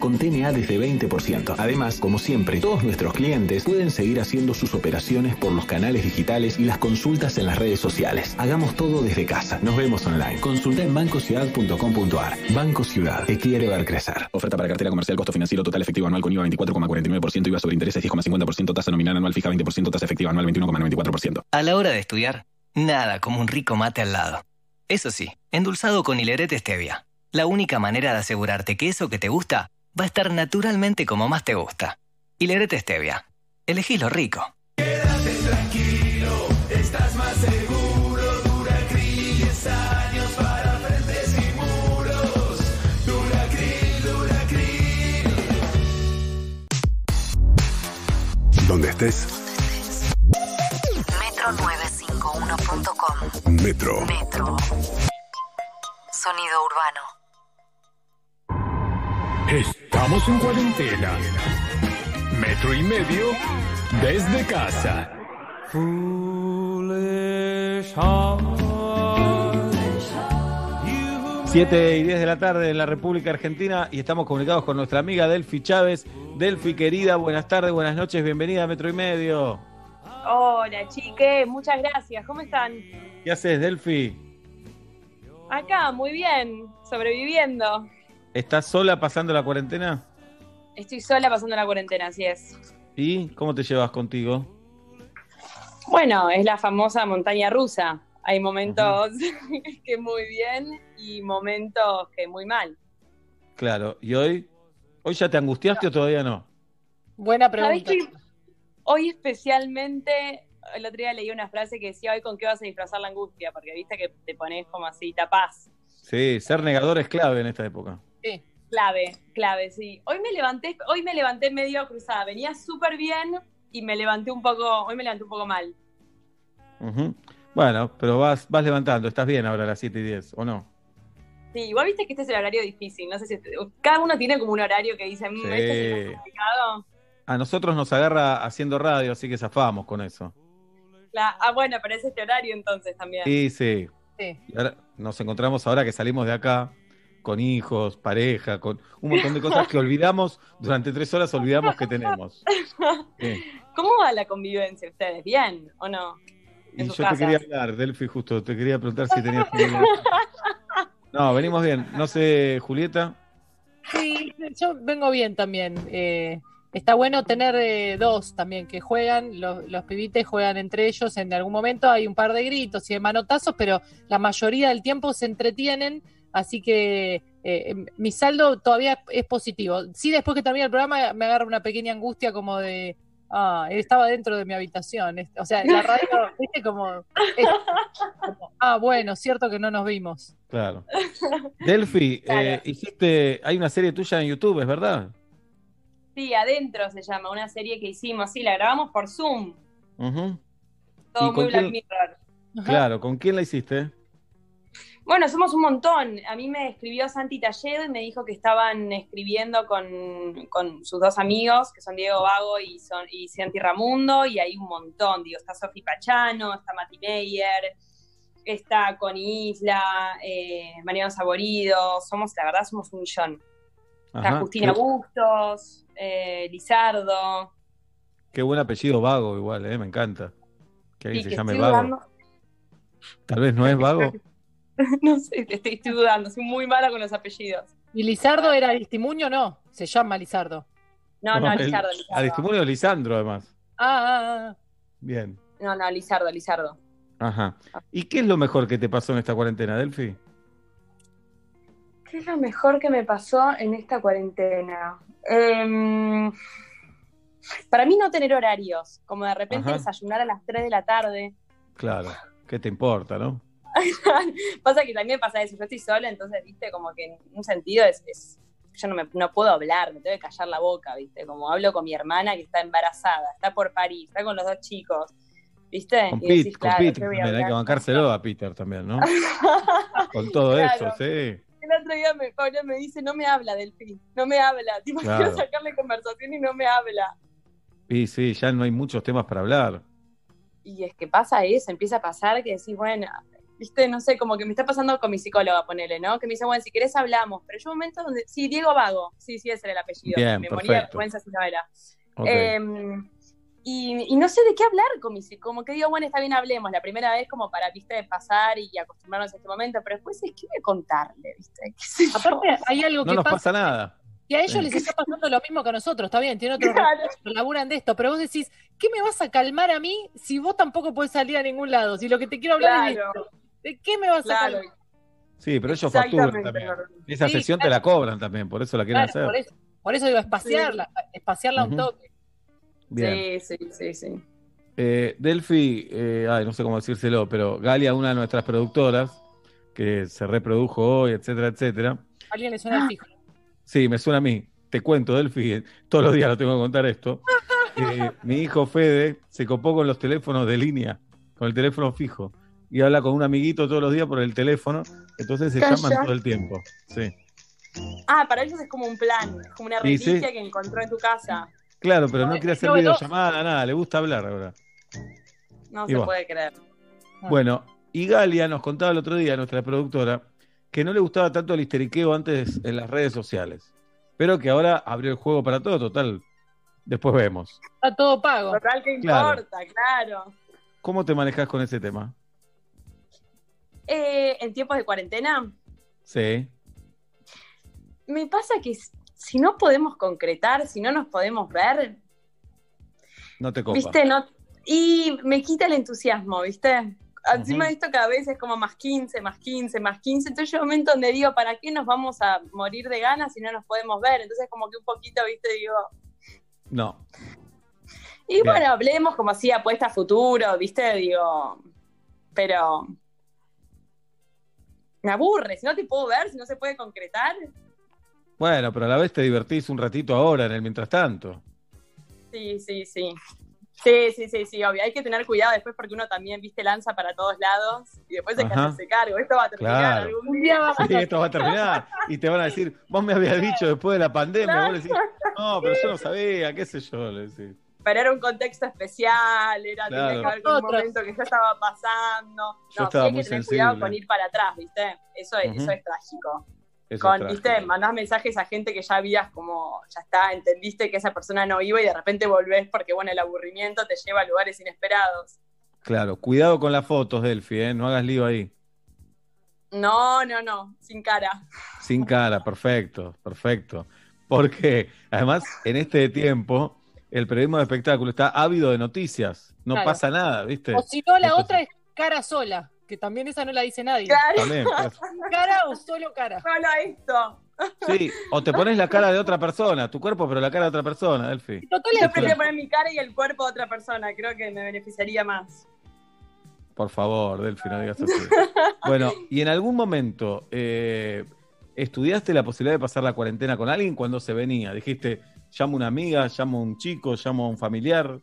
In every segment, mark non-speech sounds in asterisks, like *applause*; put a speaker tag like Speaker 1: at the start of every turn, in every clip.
Speaker 1: con TNA desde 20%. Además, como siempre, todos nuestros clientes pueden seguir haciendo sus operaciones por los canales digitales y las consultas en las redes sociales. Hagamos todo desde casa. Nos vemos online. Consulta en bancociudad.com.ar. Banco Ciudad te quiere ver crecer.
Speaker 2: Oferta para cartera comercial, costo financiero total efectivo anual con IVA 24,49%, IVA sobre intereses 10,50%, tasa nominal anual fija 20%, tasa efectiva anual 21,94%.
Speaker 3: A la hora de estudiar, nada como un rico mate al lado. Eso sí, endulzado con hilerete stevia. La única manera de asegurarte que eso que te gusta va a estar naturalmente como más te gusta. Hilerete Stevia. Elegí lo rico.
Speaker 4: Quédate tranquilo, estás más seguro. Duracril, 10 años para frentes y muros. Duracril, Duracril.
Speaker 5: Donde estés,
Speaker 6: Metro951.com.
Speaker 5: Metro.
Speaker 6: Metro. Sonido urbano.
Speaker 7: Estamos en cuarentena. Metro y medio desde casa.
Speaker 8: Foolish
Speaker 9: 7 y 10 de la tarde en la República Argentina y estamos comunicados con nuestra amiga Delfi Chávez. Delfi, querida, buenas tardes, buenas noches, bienvenida a Metro y Medio.
Speaker 10: Hola, chique, muchas gracias. ¿Cómo están?
Speaker 9: ¿Qué haces, Delfi?
Speaker 10: Acá, muy bien, sobreviviendo.
Speaker 9: ¿Estás sola pasando la cuarentena?
Speaker 10: Estoy sola pasando la cuarentena, así es.
Speaker 9: ¿Y cómo te llevas contigo?
Speaker 10: Bueno, es la famosa montaña rusa. Hay momentos *laughs* que muy bien y momentos que muy mal.
Speaker 9: Claro, ¿y hoy? ¿Hoy ya te angustiaste o todavía no?
Speaker 10: Buena pregunta. Hoy especialmente, el otro día leí una frase que decía, hoy con qué vas a disfrazar la angustia, porque viste que te pones como así, tapás.
Speaker 9: Sí, ser negador es clave en esta época.
Speaker 10: Clave, clave, sí. Hoy me levanté, hoy me levanté medio cruzada. Venía súper bien y me levanté un poco, hoy me levanté un poco mal.
Speaker 9: Ujú. Bueno, pero vas, vas levantando, estás bien ahora a las 7 y 10, ¿o no?
Speaker 10: Sí, igual viste que este es el horario difícil. No sé si este- cada uno tiene como un horario que dice, "Mm, este es el
Speaker 9: Sí.
Speaker 10: más complicado.
Speaker 9: A nosotros nos agarra haciendo radio, así que zafamos con eso.
Speaker 10: La- ah, bueno, pero es este horario entonces también.
Speaker 9: Sí, sí.
Speaker 10: Sí.
Speaker 9: Y ahora nos encontramos ahora que salimos de acá con hijos, pareja, con un montón de cosas que olvidamos, durante tres horas olvidamos que
Speaker 10: *laughs*
Speaker 9: tenemos. Sí.
Speaker 10: ¿Cómo va la convivencia ustedes? ¿Bien o no?
Speaker 9: Y yo
Speaker 10: sus casas.
Speaker 9: te quería hablar, Delphi, justo, te quería preguntar si tenías...
Speaker 10: *laughs*
Speaker 9: No, venimos bien. No sé, Julieta.
Speaker 11: Sí, yo vengo bien también. Eh, está bueno tener eh, dos también que juegan, los, los pibites juegan entre ellos en algún momento, hay un par de gritos y de manotazos, pero la mayoría del tiempo se entretienen, así que eh, mi saldo todavía es positivo. Sí, después que termina el programa me agarra una pequeña angustia como de, ah, él estaba dentro de mi habitación, Es- o sea,
Speaker 10: *laughs*
Speaker 11: la radio, viste, como, es- como, ah, bueno, cierto que no nos vimos.
Speaker 10: *laughs*
Speaker 9: Claro. Delphi, eh, hiciste, hay una serie tuya en YouTube, ¿es verdad?
Speaker 10: Sí, adentro se llama, una serie que hicimos, sí, la grabamos por Zoom.
Speaker 9: Ujú.
Speaker 10: Todo
Speaker 9: ¿Y con
Speaker 10: muy Black
Speaker 9: quién-
Speaker 10: Mirror.
Speaker 9: Claro, ¿con quién la hiciste?
Speaker 10: Bueno, somos un montón. A mí me escribió Santi Talledo y me dijo que estaban escribiendo con, con sus dos amigos, que son Diego Vago y, son, y Santi Ramundo, y hay un montón. Digo, está Sofi Pachano, está Mati Meyer, está Connie Isla, eh, Mariano Saborido. Somos, la verdad, somos un millón. Está
Speaker 9: Ajá,
Speaker 10: Justina
Speaker 9: qué-
Speaker 10: Bustos, eh, Lizardo.
Speaker 9: Qué buen apellido vago igual, eh, me encanta. Que alguien se
Speaker 10: Sí, que
Speaker 9: llame
Speaker 10: estoy
Speaker 9: vago.
Speaker 10: dudando- *laughs*
Speaker 9: Tal vez no es vago.
Speaker 10: no sé, estoy, estoy dudando, soy muy mala con los apellidos.
Speaker 11: ¿Y Lizardo era Aristimuño o no? Se llama Lizardo.
Speaker 10: No, no,
Speaker 9: El-
Speaker 10: Lizardo, Lizardo.
Speaker 9: Aristimuño es Lisandro, además.
Speaker 11: Ah, ah, ah.
Speaker 9: Bien.
Speaker 10: No, no, Lizardo, Lizardo.
Speaker 9: Ajá.
Speaker 10: Ah.
Speaker 9: ¿Y qué es lo mejor que te pasó en esta cuarentena, Delphi?
Speaker 10: ¿Qué es lo mejor que me pasó en esta cuarentena? Em, para mí no tener horarios, como de repente
Speaker 9: Ajá.
Speaker 10: desayunar a las 3 de la tarde. *laughs*
Speaker 9: Claro. ¿Qué te importa, no?
Speaker 10: pasa que también pasa eso, yo estoy sola, entonces, viste, como que en un sentido es, es- yo no, me, no puedo hablar, me tengo que callar la boca, viste, como hablo con mi hermana que está embarazada, está por París, está con los dos chicos, viste,
Speaker 9: Con
Speaker 10: Y
Speaker 9: Pete,
Speaker 10: decís,
Speaker 9: con
Speaker 10: claro,
Speaker 9: Pete.
Speaker 10: ¿qué voy a
Speaker 9: también hay que
Speaker 10: hablar?
Speaker 9: bancárselo a Peter también, ¿no?
Speaker 10: *laughs*
Speaker 9: Con todo
Speaker 10: Claro.
Speaker 9: eso, sí.
Speaker 10: *laughs* El otro día me, Paula me dice, no me habla, Delfín, no me habla. Tipo, *laughs*
Speaker 9: Claro.
Speaker 10: quiero sacarle conversación y no me habla.
Speaker 9: Y sí, ya no hay muchos temas para hablar.
Speaker 10: Y es que pasa eso, empieza a pasar que decís, bueno, viste, no sé, como que me está pasando con mi psicóloga, ponele, ¿no? Que me dice, bueno, si querés hablamos, pero yo un momento donde, sí, Diego Vago, sí, sí, ese era el apellido,
Speaker 9: Bien,
Speaker 10: me moría de
Speaker 9: perfecto.
Speaker 10: vergüenza si no era.
Speaker 9: Ok.
Speaker 10: Em, y, y no sé de qué hablar con mi psicóloga, como que digo, bueno, está bien, hablemos, la primera vez como para, viste, pasar y acostumbrarnos a este momento, pero después es que voy a contarle, viste, qué sé yo. *laughs*
Speaker 11: Aparte, hay algo
Speaker 9: no
Speaker 11: que
Speaker 9: nos
Speaker 11: pasa.
Speaker 9: pasa nada.
Speaker 11: Y a
Speaker 9: Sí.
Speaker 11: ellos les está pasando lo mismo que a nosotros, está bien, tienen otro
Speaker 10: Claro.
Speaker 11: recurso, laburan de esto, pero vos decís, ¿qué me vas a calmar a mí si vos tampoco podés salir a ningún lado? Si lo que te quiero hablar
Speaker 10: Claro.
Speaker 11: es de esto, ¿de qué me vas a
Speaker 10: Claro,
Speaker 11: calmar?
Speaker 9: Sí, pero ellos facturan
Speaker 10: Exactamente,
Speaker 9: también.
Speaker 10: Gordon.
Speaker 9: Esa
Speaker 11: Sí,
Speaker 9: sesión te
Speaker 11: claro.
Speaker 9: la cobran también, por eso la quieren
Speaker 11: Claro, por
Speaker 9: hacer.
Speaker 11: eso, por eso digo, espaciarla, espaciarla un
Speaker 9: Ujú.
Speaker 11: toque.
Speaker 9: Bien.
Speaker 10: sí, sí, sí, sí.
Speaker 9: Eh, Delphi, eh, ay, no sé cómo decírselo, pero Galia, una de nuestras productoras, que se reprodujo hoy, etcétera, etcétera.
Speaker 11: A alguien le suena el fijo.
Speaker 9: Sí, me suena a mí. Te cuento, Delphi, eh, todos los días lo tengo que contar *laughs* esto. Eh, mi hijo Fede se copó con los teléfonos de línea, con el teléfono fijo, y habla con un amiguito todos los días por el teléfono, entonces se
Speaker 10: Calla.
Speaker 9: llaman todo el tiempo. Sí.
Speaker 10: Ah, para ellos es como un plan, es como una
Speaker 9: Sí, sí.
Speaker 10: reliquia que encontró en tu casa.
Speaker 9: Claro, pero no quiere
Speaker 11: es
Speaker 9: hacer
Speaker 11: novedoso.
Speaker 9: videollamada, nada, le gusta hablar ahora.
Speaker 10: No
Speaker 9: Y
Speaker 10: se
Speaker 9: bueno.
Speaker 10: puede creer.
Speaker 9: Bueno, y Galia nos contaba el otro día, nuestra productora, que no le gustaba tanto el histeriqueo antes en las redes sociales, pero que ahora abrió el juego para todo, total. Después vemos.
Speaker 11: Está todo pago.
Speaker 10: Total, que
Speaker 9: Claro.
Speaker 10: importa? Claro.
Speaker 9: ¿Cómo te manejas con ese tema?
Speaker 10: Eh, en tiempos de cuarentena,
Speaker 9: Sí.
Speaker 10: me pasa que s- si no podemos concretar, si no nos podemos ver,
Speaker 9: No te copa.
Speaker 10: viste, no. Y me quita el entusiasmo, viste. Encima
Speaker 9: Ujú.
Speaker 10: de esto cada vez es como más 15, más 15, más 15. Entonces llega un momento donde digo, ¿para qué nos vamos a morir de ganas si no nos podemos ver? Entonces como que un poquito, viste, digo,
Speaker 9: No.
Speaker 10: Y
Speaker 9: Bien.
Speaker 10: bueno, hablemos como así, apuesta a futuro, ¿viste? Digo, pero me aburre, si no te puedo ver, si no se puede concretar,
Speaker 9: Bueno, pero a la vez te divertís un ratito ahora, en el mientras tanto.
Speaker 10: sí, sí, sí. Sí, sí, sí, sí, obvio. Hay que tener cuidado después porque uno también, viste, lanza para todos lados y después hay que
Speaker 9: Ajá.
Speaker 10: hacerse cargo. Esto va a terminar
Speaker 9: Claro.
Speaker 10: algún
Speaker 11: Un
Speaker 10: día.
Speaker 11: día vamos
Speaker 9: Sí,
Speaker 11: a-
Speaker 9: esto va a terminar. Y te van a decir, vos me habías dicho después de la pandemia. Vos le decís, no, pero yo no sabía, qué sé yo. Le decís.
Speaker 10: Pero era un contexto especial, era tenía
Speaker 9: Claro.
Speaker 10: que ver con un
Speaker 11: Otros.
Speaker 10: momento que ya estaba pasando. No,
Speaker 9: Yo estaba
Speaker 10: sí hay
Speaker 9: muy
Speaker 10: que tener
Speaker 9: sensible.
Speaker 10: cuidado con ir para atrás, ¿viste? Eso es,
Speaker 9: Ujú.
Speaker 10: eso es trágico.
Speaker 9: Eso
Speaker 10: con,
Speaker 9: traje.
Speaker 10: viste, mandás mensajes a gente que ya habías como, ya está, entendiste que esa persona no iba y de repente volvés porque, bueno, el aburrimiento te lleva a lugares inesperados.
Speaker 9: Claro, cuidado con las fotos, Delphi, ¿eh? no hagas lío ahí.
Speaker 10: No, no, no, sin cara.
Speaker 9: Sin cara, perfecto, perfecto. Porque además en este tiempo el periodismo de espectáculo está ávido de noticias, no
Speaker 11: Claro.
Speaker 9: pasa nada, ¿viste?
Speaker 11: O si no, la
Speaker 9: Entonces-
Speaker 11: otra es cara sola, que también esa no la dice nadie.
Speaker 10: Claro,
Speaker 9: También, pues, claro.
Speaker 11: Cara o solo cara.
Speaker 10: solo esto.
Speaker 9: Sí, o te pones la cara de otra persona, tu cuerpo, pero la cara de otra persona, Delphi.
Speaker 11: Total,
Speaker 10: Yo
Speaker 11: es-
Speaker 10: prefiero poner mi cara y el cuerpo de otra persona, creo que me beneficiaría más.
Speaker 9: Por favor, Delphi, no digas así. Bueno, y en algún momento, eh, ¿estudiaste la posibilidad de pasar la cuarentena con alguien cuando se venía? Dijiste, llamo a una amiga, llamo a un chico, llamo a un familiar.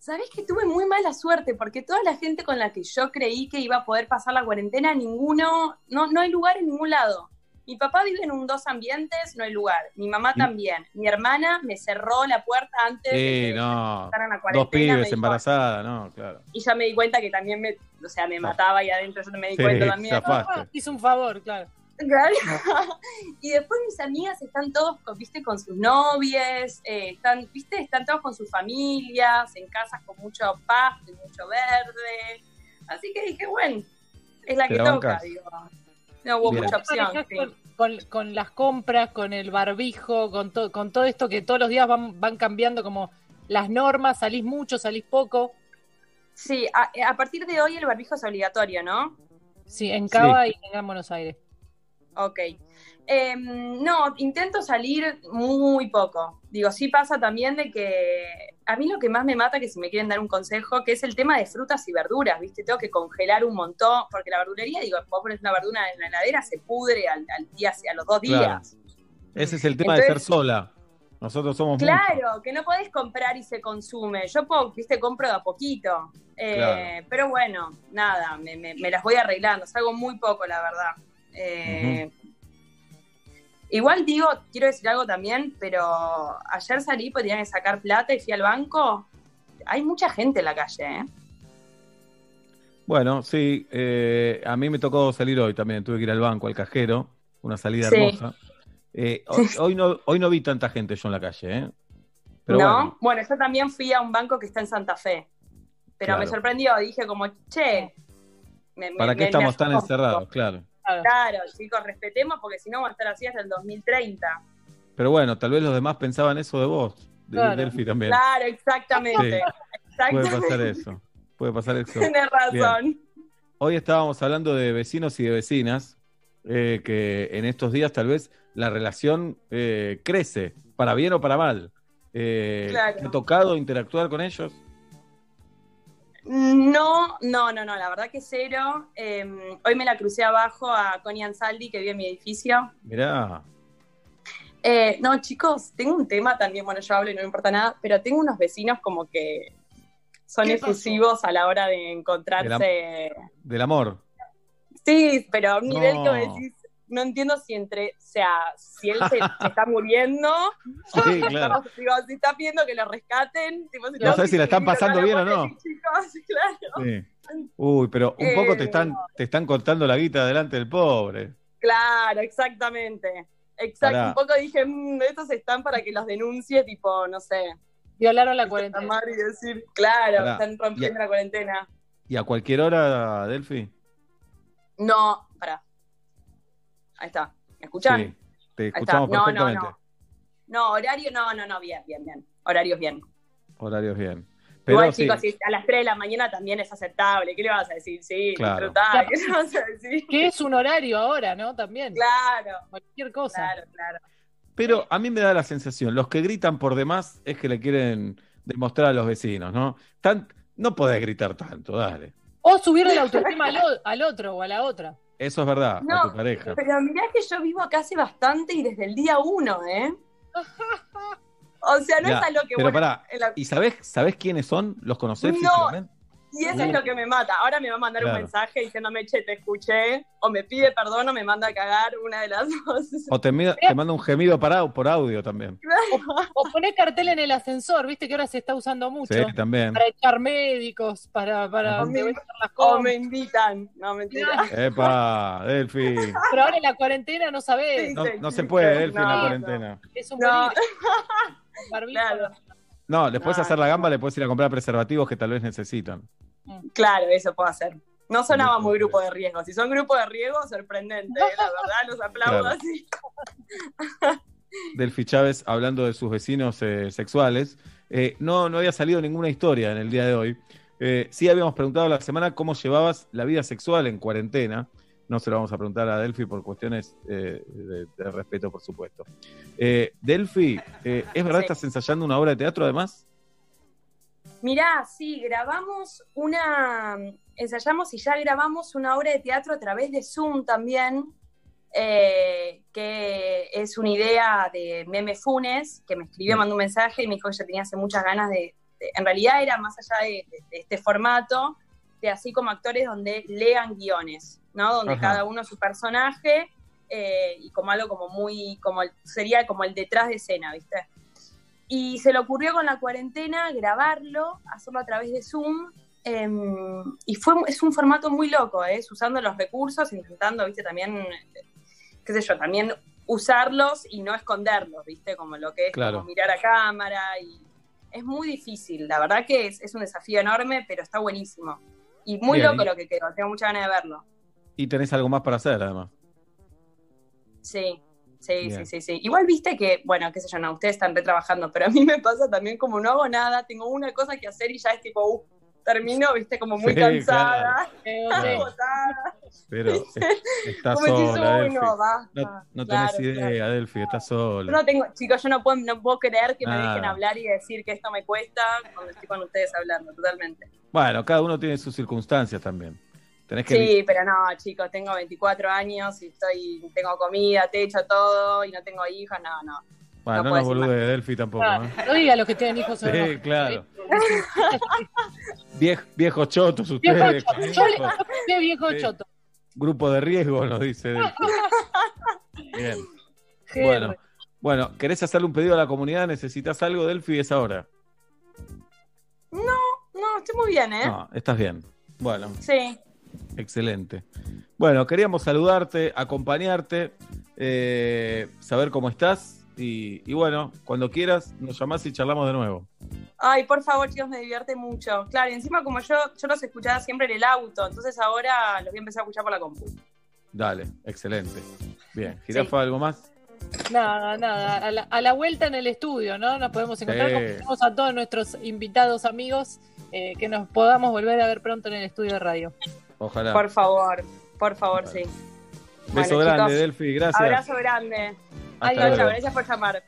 Speaker 10: Sabés que tuve muy mala suerte porque toda la gente con la que yo creí que iba a poder pasar la cuarentena, ninguno, no, no hay lugar en ningún lado. Mi papá vive en un dos ambientes, no hay lugar. Mi mamá
Speaker 9: Y-
Speaker 10: también. Mi hermana me cerró la puerta antes de
Speaker 9: Sí,
Speaker 10: que
Speaker 9: Eh, no.
Speaker 10: empezaran la
Speaker 9: Dos
Speaker 10: cuarentena, me
Speaker 9: pibes,
Speaker 10: dijo,
Speaker 9: embarazada, no, claro.
Speaker 10: y ya me di cuenta que también me, o sea, me mataba ahí adentro, yo me di
Speaker 9: Sí,
Speaker 10: cuenta también.
Speaker 9: zafá. zafaste.
Speaker 11: hizo un favor, claro.
Speaker 10: Claro. *laughs* y después mis amigas están todos, con, viste, con sus novias, eh, están, viste, están todos con sus familias, en casas con mucho pasto y mucho verde. Así que dije, bueno, es la
Speaker 9: Te
Speaker 10: que
Speaker 9: la
Speaker 10: toca,
Speaker 9: bancás.
Speaker 10: digo. No hubo
Speaker 9: Bien.
Speaker 10: mucha opción.
Speaker 11: Manejás
Speaker 10: sí.
Speaker 11: Con, con- con las compras, con el barbijo, con, to- con todo esto que todos los días van, van cambiando como las normas, salís mucho, salís poco.
Speaker 10: Sí, a, eh, a partir de hoy el barbijo es obligatorio, ¿no?
Speaker 11: Sí, en Cava y en Gran Buenos Aires.
Speaker 10: Ok. Em, no, intento salir muy poco. Digo, sí pasa también de que a mí lo que más me mata, que si me quieren dar un consejo, que es el tema de frutas y verduras, ¿viste? Tengo que congelar un montón, porque la verdulería, digo, vos pones una verdura en la heladera, se pudre al, al día, a los dos
Speaker 9: Claro.
Speaker 10: días.
Speaker 9: Ese es el tema de ser
Speaker 10: Entonces-
Speaker 9: sola. Nosotros somos
Speaker 10: Claro,
Speaker 9: muchos.
Speaker 10: que no podés comprar y se consume. Yo, po- ¿viste? Compro de a poquito. Eh,
Speaker 9: Claro.
Speaker 10: Pero bueno, nada, me, me- me las voy arreglando. Salgo muy poco, la verdad. Eh, Igual digo, quiero decir algo también, pero ayer salí porque tenía que sacar plata y fui al banco. Hay mucha gente en la calle, ¿eh?
Speaker 9: Bueno, sí, eh, a mí me tocó salir hoy también, tuve que ir al banco, al cajero, una salida
Speaker 10: Sí.
Speaker 9: hermosa.
Speaker 10: *laughs*
Speaker 9: Eh, hoy, hoy no, hoy no vi tanta gente yo en la calle, ¿eh? Pero
Speaker 10: ¿No?
Speaker 9: bueno,
Speaker 10: Bueno. yo también fui a un banco que está en Santa Fe. Pero me
Speaker 9: Claro.
Speaker 10: sorprendió, dije como, che. me- me-
Speaker 9: ¿para qué
Speaker 10: me- me
Speaker 9: estamos tan
Speaker 10: asustó.
Speaker 9: encerrados? Claro.
Speaker 10: Claro, chicos, respetemos porque si no vamos a estar así hasta el 2030.
Speaker 9: Pero bueno, tal vez los demás pensaban eso de vos, de
Speaker 10: Claro.
Speaker 9: Delphi también.
Speaker 10: Claro, exactamente.
Speaker 9: Puede
Speaker 10: Exactamente. *laughs*
Speaker 9: pasar eso, puede pasar eso.
Speaker 10: Tienes razón.
Speaker 9: Bien. Hoy estábamos hablando de vecinos y de vecinas, eh, que en estos días tal vez la relación eh, crece, para bien o para mal. Eh,
Speaker 10: Claro.
Speaker 9: ¿Te ha tocado interactuar con ellos?
Speaker 10: No, no, no, no, la verdad que cero. Eh, hoy me la crucé abajo a Connie Ansaldi, que vive en mi edificio.
Speaker 9: Mirá,
Speaker 10: Eh, no, chicos, tengo un tema también, bueno, yo hablo y no me importa nada, pero tengo unos vecinos como que son
Speaker 11: ¿Qué pasó?
Speaker 10: efusivos a la hora de encontrarse.
Speaker 9: del amor.
Speaker 10: Sí, pero a un nivel que me
Speaker 9: No.
Speaker 10: decís, no entiendo si entre, o sea, si él se, se está muriendo, *laughs*
Speaker 9: Sí, claro.
Speaker 10: estamos- digo, si está pidiendo que lo rescaten, tipo,
Speaker 9: No
Speaker 10: lo-
Speaker 9: sabes si la están
Speaker 10: lo
Speaker 9: pasando bien o no.
Speaker 10: ponen, chicos, *laughs* claro.
Speaker 9: Sí. Uy, pero un poco te
Speaker 10: Eh,
Speaker 9: están, te están cortando la guita delante del pobre.
Speaker 10: Claro, exactamente. Exacto,
Speaker 9: Pará.
Speaker 10: un poco dije, "Mm, estos están para que los denuncie, tipo, no sé,
Speaker 11: Violaron la cuarentena.
Speaker 10: llamar y decir, claro,
Speaker 9: Pará.
Speaker 10: están rompiendo
Speaker 9: Ya.
Speaker 10: la cuarentena.
Speaker 9: ¿Y a cualquier hora, Delphi?
Speaker 10: No, pará. Ahí está, ¿me escuchan?
Speaker 9: Sí, te
Speaker 10: está.
Speaker 9: escuchamos
Speaker 10: No, no,
Speaker 9: perfectamente.
Speaker 10: no. No, horario, no, no, no, bien, bien, bien. Horarios bien.
Speaker 9: Horarios bien. Pero
Speaker 10: Igual,
Speaker 9: sí,
Speaker 10: chicos, si a las 3 de la mañana también es aceptable. ¿Qué le vas a decir? Sí,
Speaker 9: Claro.
Speaker 10: disfrutá. ¿Qué le vas a decir?
Speaker 11: Que es un horario ahora, ¿no? También.
Speaker 10: Claro,
Speaker 11: Cualquier cosa.
Speaker 10: claro, claro.
Speaker 9: Pero a mí me da la sensación, los que gritan por demás es que le quieren demostrar a los vecinos, ¿no? Tan- no podés gritar tanto, dale.
Speaker 11: O subirle la autoestima al, o- al otro o a la otra.
Speaker 9: Eso es verdad, a
Speaker 10: No,
Speaker 9: tu pareja.
Speaker 10: Pero mirá que yo vivo acá hace bastante y desde el día uno, ¿eh? O sea, no
Speaker 9: Mirá,
Speaker 10: es a lo que
Speaker 9: pero
Speaker 10: bueno,
Speaker 9: pará,
Speaker 10: en la-
Speaker 9: ¿Y sabés, sabés quiénes son? ¿Los conocés
Speaker 10: No.
Speaker 9: físicamente?
Speaker 10: Y eso es lo que me mata. Ahora me va a mandar un
Speaker 9: Claro.
Speaker 10: mensaje diciéndome, che, te escuché, o me pide perdón o me manda a cagar, una de las *laughs* dos.
Speaker 9: O te, mi- te manda un gemido para, por audio también.
Speaker 11: O poner cartel en el ascensor, viste que ahora se está usando mucho.
Speaker 9: Sí, también.
Speaker 11: Para echar médicos, para, para
Speaker 9: Ajá.
Speaker 11: devolver las
Speaker 10: O
Speaker 11: compras.
Speaker 10: me invitan. No, mentira.
Speaker 9: Epa, Delfi.
Speaker 10: *laughs*
Speaker 11: Pero ahora en la cuarentena no sabés.
Speaker 10: Sí.
Speaker 9: No, no se puede, Delfi, en la
Speaker 10: No,
Speaker 9: cuarentena.
Speaker 11: Es un
Speaker 10: No.
Speaker 11: peligro.
Speaker 10: *laughs*
Speaker 11: Barbijo,
Speaker 10: Claro.
Speaker 9: No, le puedes
Speaker 10: No,
Speaker 9: hacer la gamba, le puedes ir a comprar preservativos que tal vez necesitan.
Speaker 10: Claro, eso puedo hacer. No sonaba
Speaker 9: Grupo
Speaker 10: muy
Speaker 9: de
Speaker 10: grupo de riesgo. Si son grupo de riesgo, sorprendente. ¿eh? La verdad, los aplaudo
Speaker 9: Claro.
Speaker 10: así.
Speaker 9: Delfi Chávez hablando de sus vecinos eh, sexuales. Eh, no, no había salido ninguna historia en el día de hoy. Eh, sí habíamos preguntado la semana cómo llevabas la vida sexual en cuarentena. No se lo vamos a preguntar a Delfi por cuestiones eh, de, de respeto, por supuesto. Eh, Delfi, eh, ¿es verdad
Speaker 10: Sí.
Speaker 9: estás ensayando una obra de teatro además?
Speaker 10: Mirá, sí, grabamos una. Ensayamos y ya grabamos una obra de teatro a través de Zoom también. eh, que es una idea de Meme Funes, que me escribió, mandó un mensaje y me dijo que ya tenía hace muchas ganas de. de- en realidad era más allá de, de- de este formato, de así como actores donde lean guiones, ¿no? Donde
Speaker 9: Ajá.
Speaker 10: cada uno su personaje eh, y como algo como muy. como el- sería como el detrás de escena, ¿viste? Y se le ocurrió con la cuarentena grabarlo, hacerlo a través de Zoom. eh, y fue, es un formato muy loco, ¿eh? Es usando los recursos, intentando, viste, también, este, qué sé yo, también usarlos y no esconderlos, viste, como lo que es
Speaker 9: Claro.
Speaker 10: como mirar a cámara. y Es muy difícil, la verdad que es, es un desafío enorme, pero está buenísimo. Y muy
Speaker 9: Bien,
Speaker 10: loco
Speaker 9: y-
Speaker 10: lo que quedó, tengo mucha ganas de verlo.
Speaker 9: Y tenés algo más para hacer además.
Speaker 10: Sí, sí,
Speaker 9: Bien.
Speaker 10: sí, sí, sí. Igual viste que, bueno, qué sé yo, no, ustedes están retrabajando, pero a mí me pasa también como no hago nada, tengo una cosa que hacer y ya es tipo, uh, termino, viste, como muy
Speaker 9: Sí,
Speaker 10: cansada,
Speaker 11: eh,
Speaker 9: Claro.
Speaker 11: sí.
Speaker 10: agotada. *laughs*
Speaker 9: Pero es- estás
Speaker 10: Ah, Como decís,
Speaker 9: sola,
Speaker 10: uy,
Speaker 9: Delphi.
Speaker 10: no, basta.
Speaker 9: No, no
Speaker 10: Ah, Claro,
Speaker 9: tenés idea,
Speaker 10: claro.
Speaker 9: Delphi, estás
Speaker 10: Yo
Speaker 9: sola.
Speaker 10: no tengo, chicos, yo no puedo, no puedo creer que me
Speaker 9: Nada.
Speaker 10: dejen hablar y decir que esto me cuesta cuando estoy con ustedes hablando, totalmente.
Speaker 9: Bueno, cada uno tiene sus circunstancias también. Tenés que
Speaker 10: Sí, pero no, chicos, tengo 24 años y estoy, tengo comida, techo, todo, y no tengo hijos, no, no.
Speaker 9: Bueno, no,
Speaker 10: No
Speaker 9: nos
Speaker 10: puedes
Speaker 9: bolude de Delphi tampoco,
Speaker 11: Ah,
Speaker 9: ¿eh?
Speaker 11: No diga los que tienen hijos o no.
Speaker 9: Sí, claro. Viej- viejos chotos
Speaker 11: Viejo
Speaker 9: ustedes.
Speaker 11: choto.
Speaker 9: con
Speaker 11: Yo le-
Speaker 9: grupo-
Speaker 11: Qué viejo
Speaker 9: Sí.
Speaker 11: choto.
Speaker 9: Grupo de riesgo, nos dice
Speaker 11: *laughs*
Speaker 9: Delphi. Bien.
Speaker 11: Qué
Speaker 9: Bueno.
Speaker 11: re-
Speaker 9: Bueno, ¿querés hacerle un pedido a la comunidad? ¿Necesitas algo, Delphi? Es ahora.
Speaker 10: No, estoy muy bien, ¿eh?
Speaker 9: No, estás bien. Bueno,
Speaker 10: Sí.
Speaker 9: excelente. Bueno, queríamos saludarte, acompañarte, eh, saber cómo estás. Y, y bueno, cuando quieras, nos llamás y charlamos de nuevo.
Speaker 10: Ay, por favor, chicos, me divierte mucho. Claro, y encima como yo, yo los escuchaba siempre en el auto, entonces ahora los voy a empezar a escuchar por la compu.
Speaker 9: Dale, excelente. Bien, jirafa, ¿algo más?
Speaker 11: Nada, nada. A la, a la vuelta en el estudio, ¿no? Nos podemos encontrar.
Speaker 9: Sí.
Speaker 11: Como tenemos a todos nuestros invitados, amigos, eh, que nos podamos volver a ver pronto en el estudio de radio.
Speaker 9: Ojalá.
Speaker 10: Por favor, por favor, sí.
Speaker 9: Beso
Speaker 10: bueno,
Speaker 9: grande,
Speaker 10: chicos,
Speaker 9: Delphi, gracias.
Speaker 10: Abrazo grande.
Speaker 9: Hasta
Speaker 10: Ay, gracias,
Speaker 9: luego.
Speaker 10: gracias por llamar.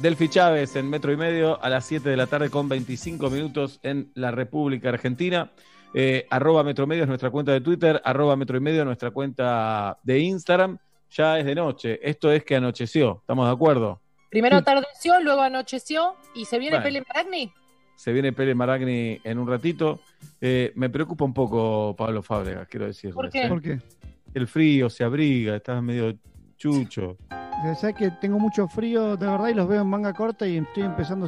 Speaker 9: Delphi Chávez en metro y medio a las 7 de la tarde con 25 minutos en la República Argentina. Eh, arroba metro medio es nuestra cuenta de Twitter, arroba metro y medio nuestra cuenta de Instagram. Ya es de noche, esto es que anocheció, ¿estamos de acuerdo?
Speaker 11: Primero atardeció, luego anocheció y se viene
Speaker 9: Bueno.
Speaker 11: Pele Maragni.
Speaker 9: Se viene Pele Maragni en un ratito. Eh, me preocupa un poco Pablo Fábregas, quiero decir.
Speaker 11: ¿Por qué?
Speaker 6: ¿Por qué?
Speaker 9: El frío se abriga, estás medio chucho.
Speaker 6: Ya sabes que tengo mucho frío, de verdad, y los veo en manga corta y estoy empezando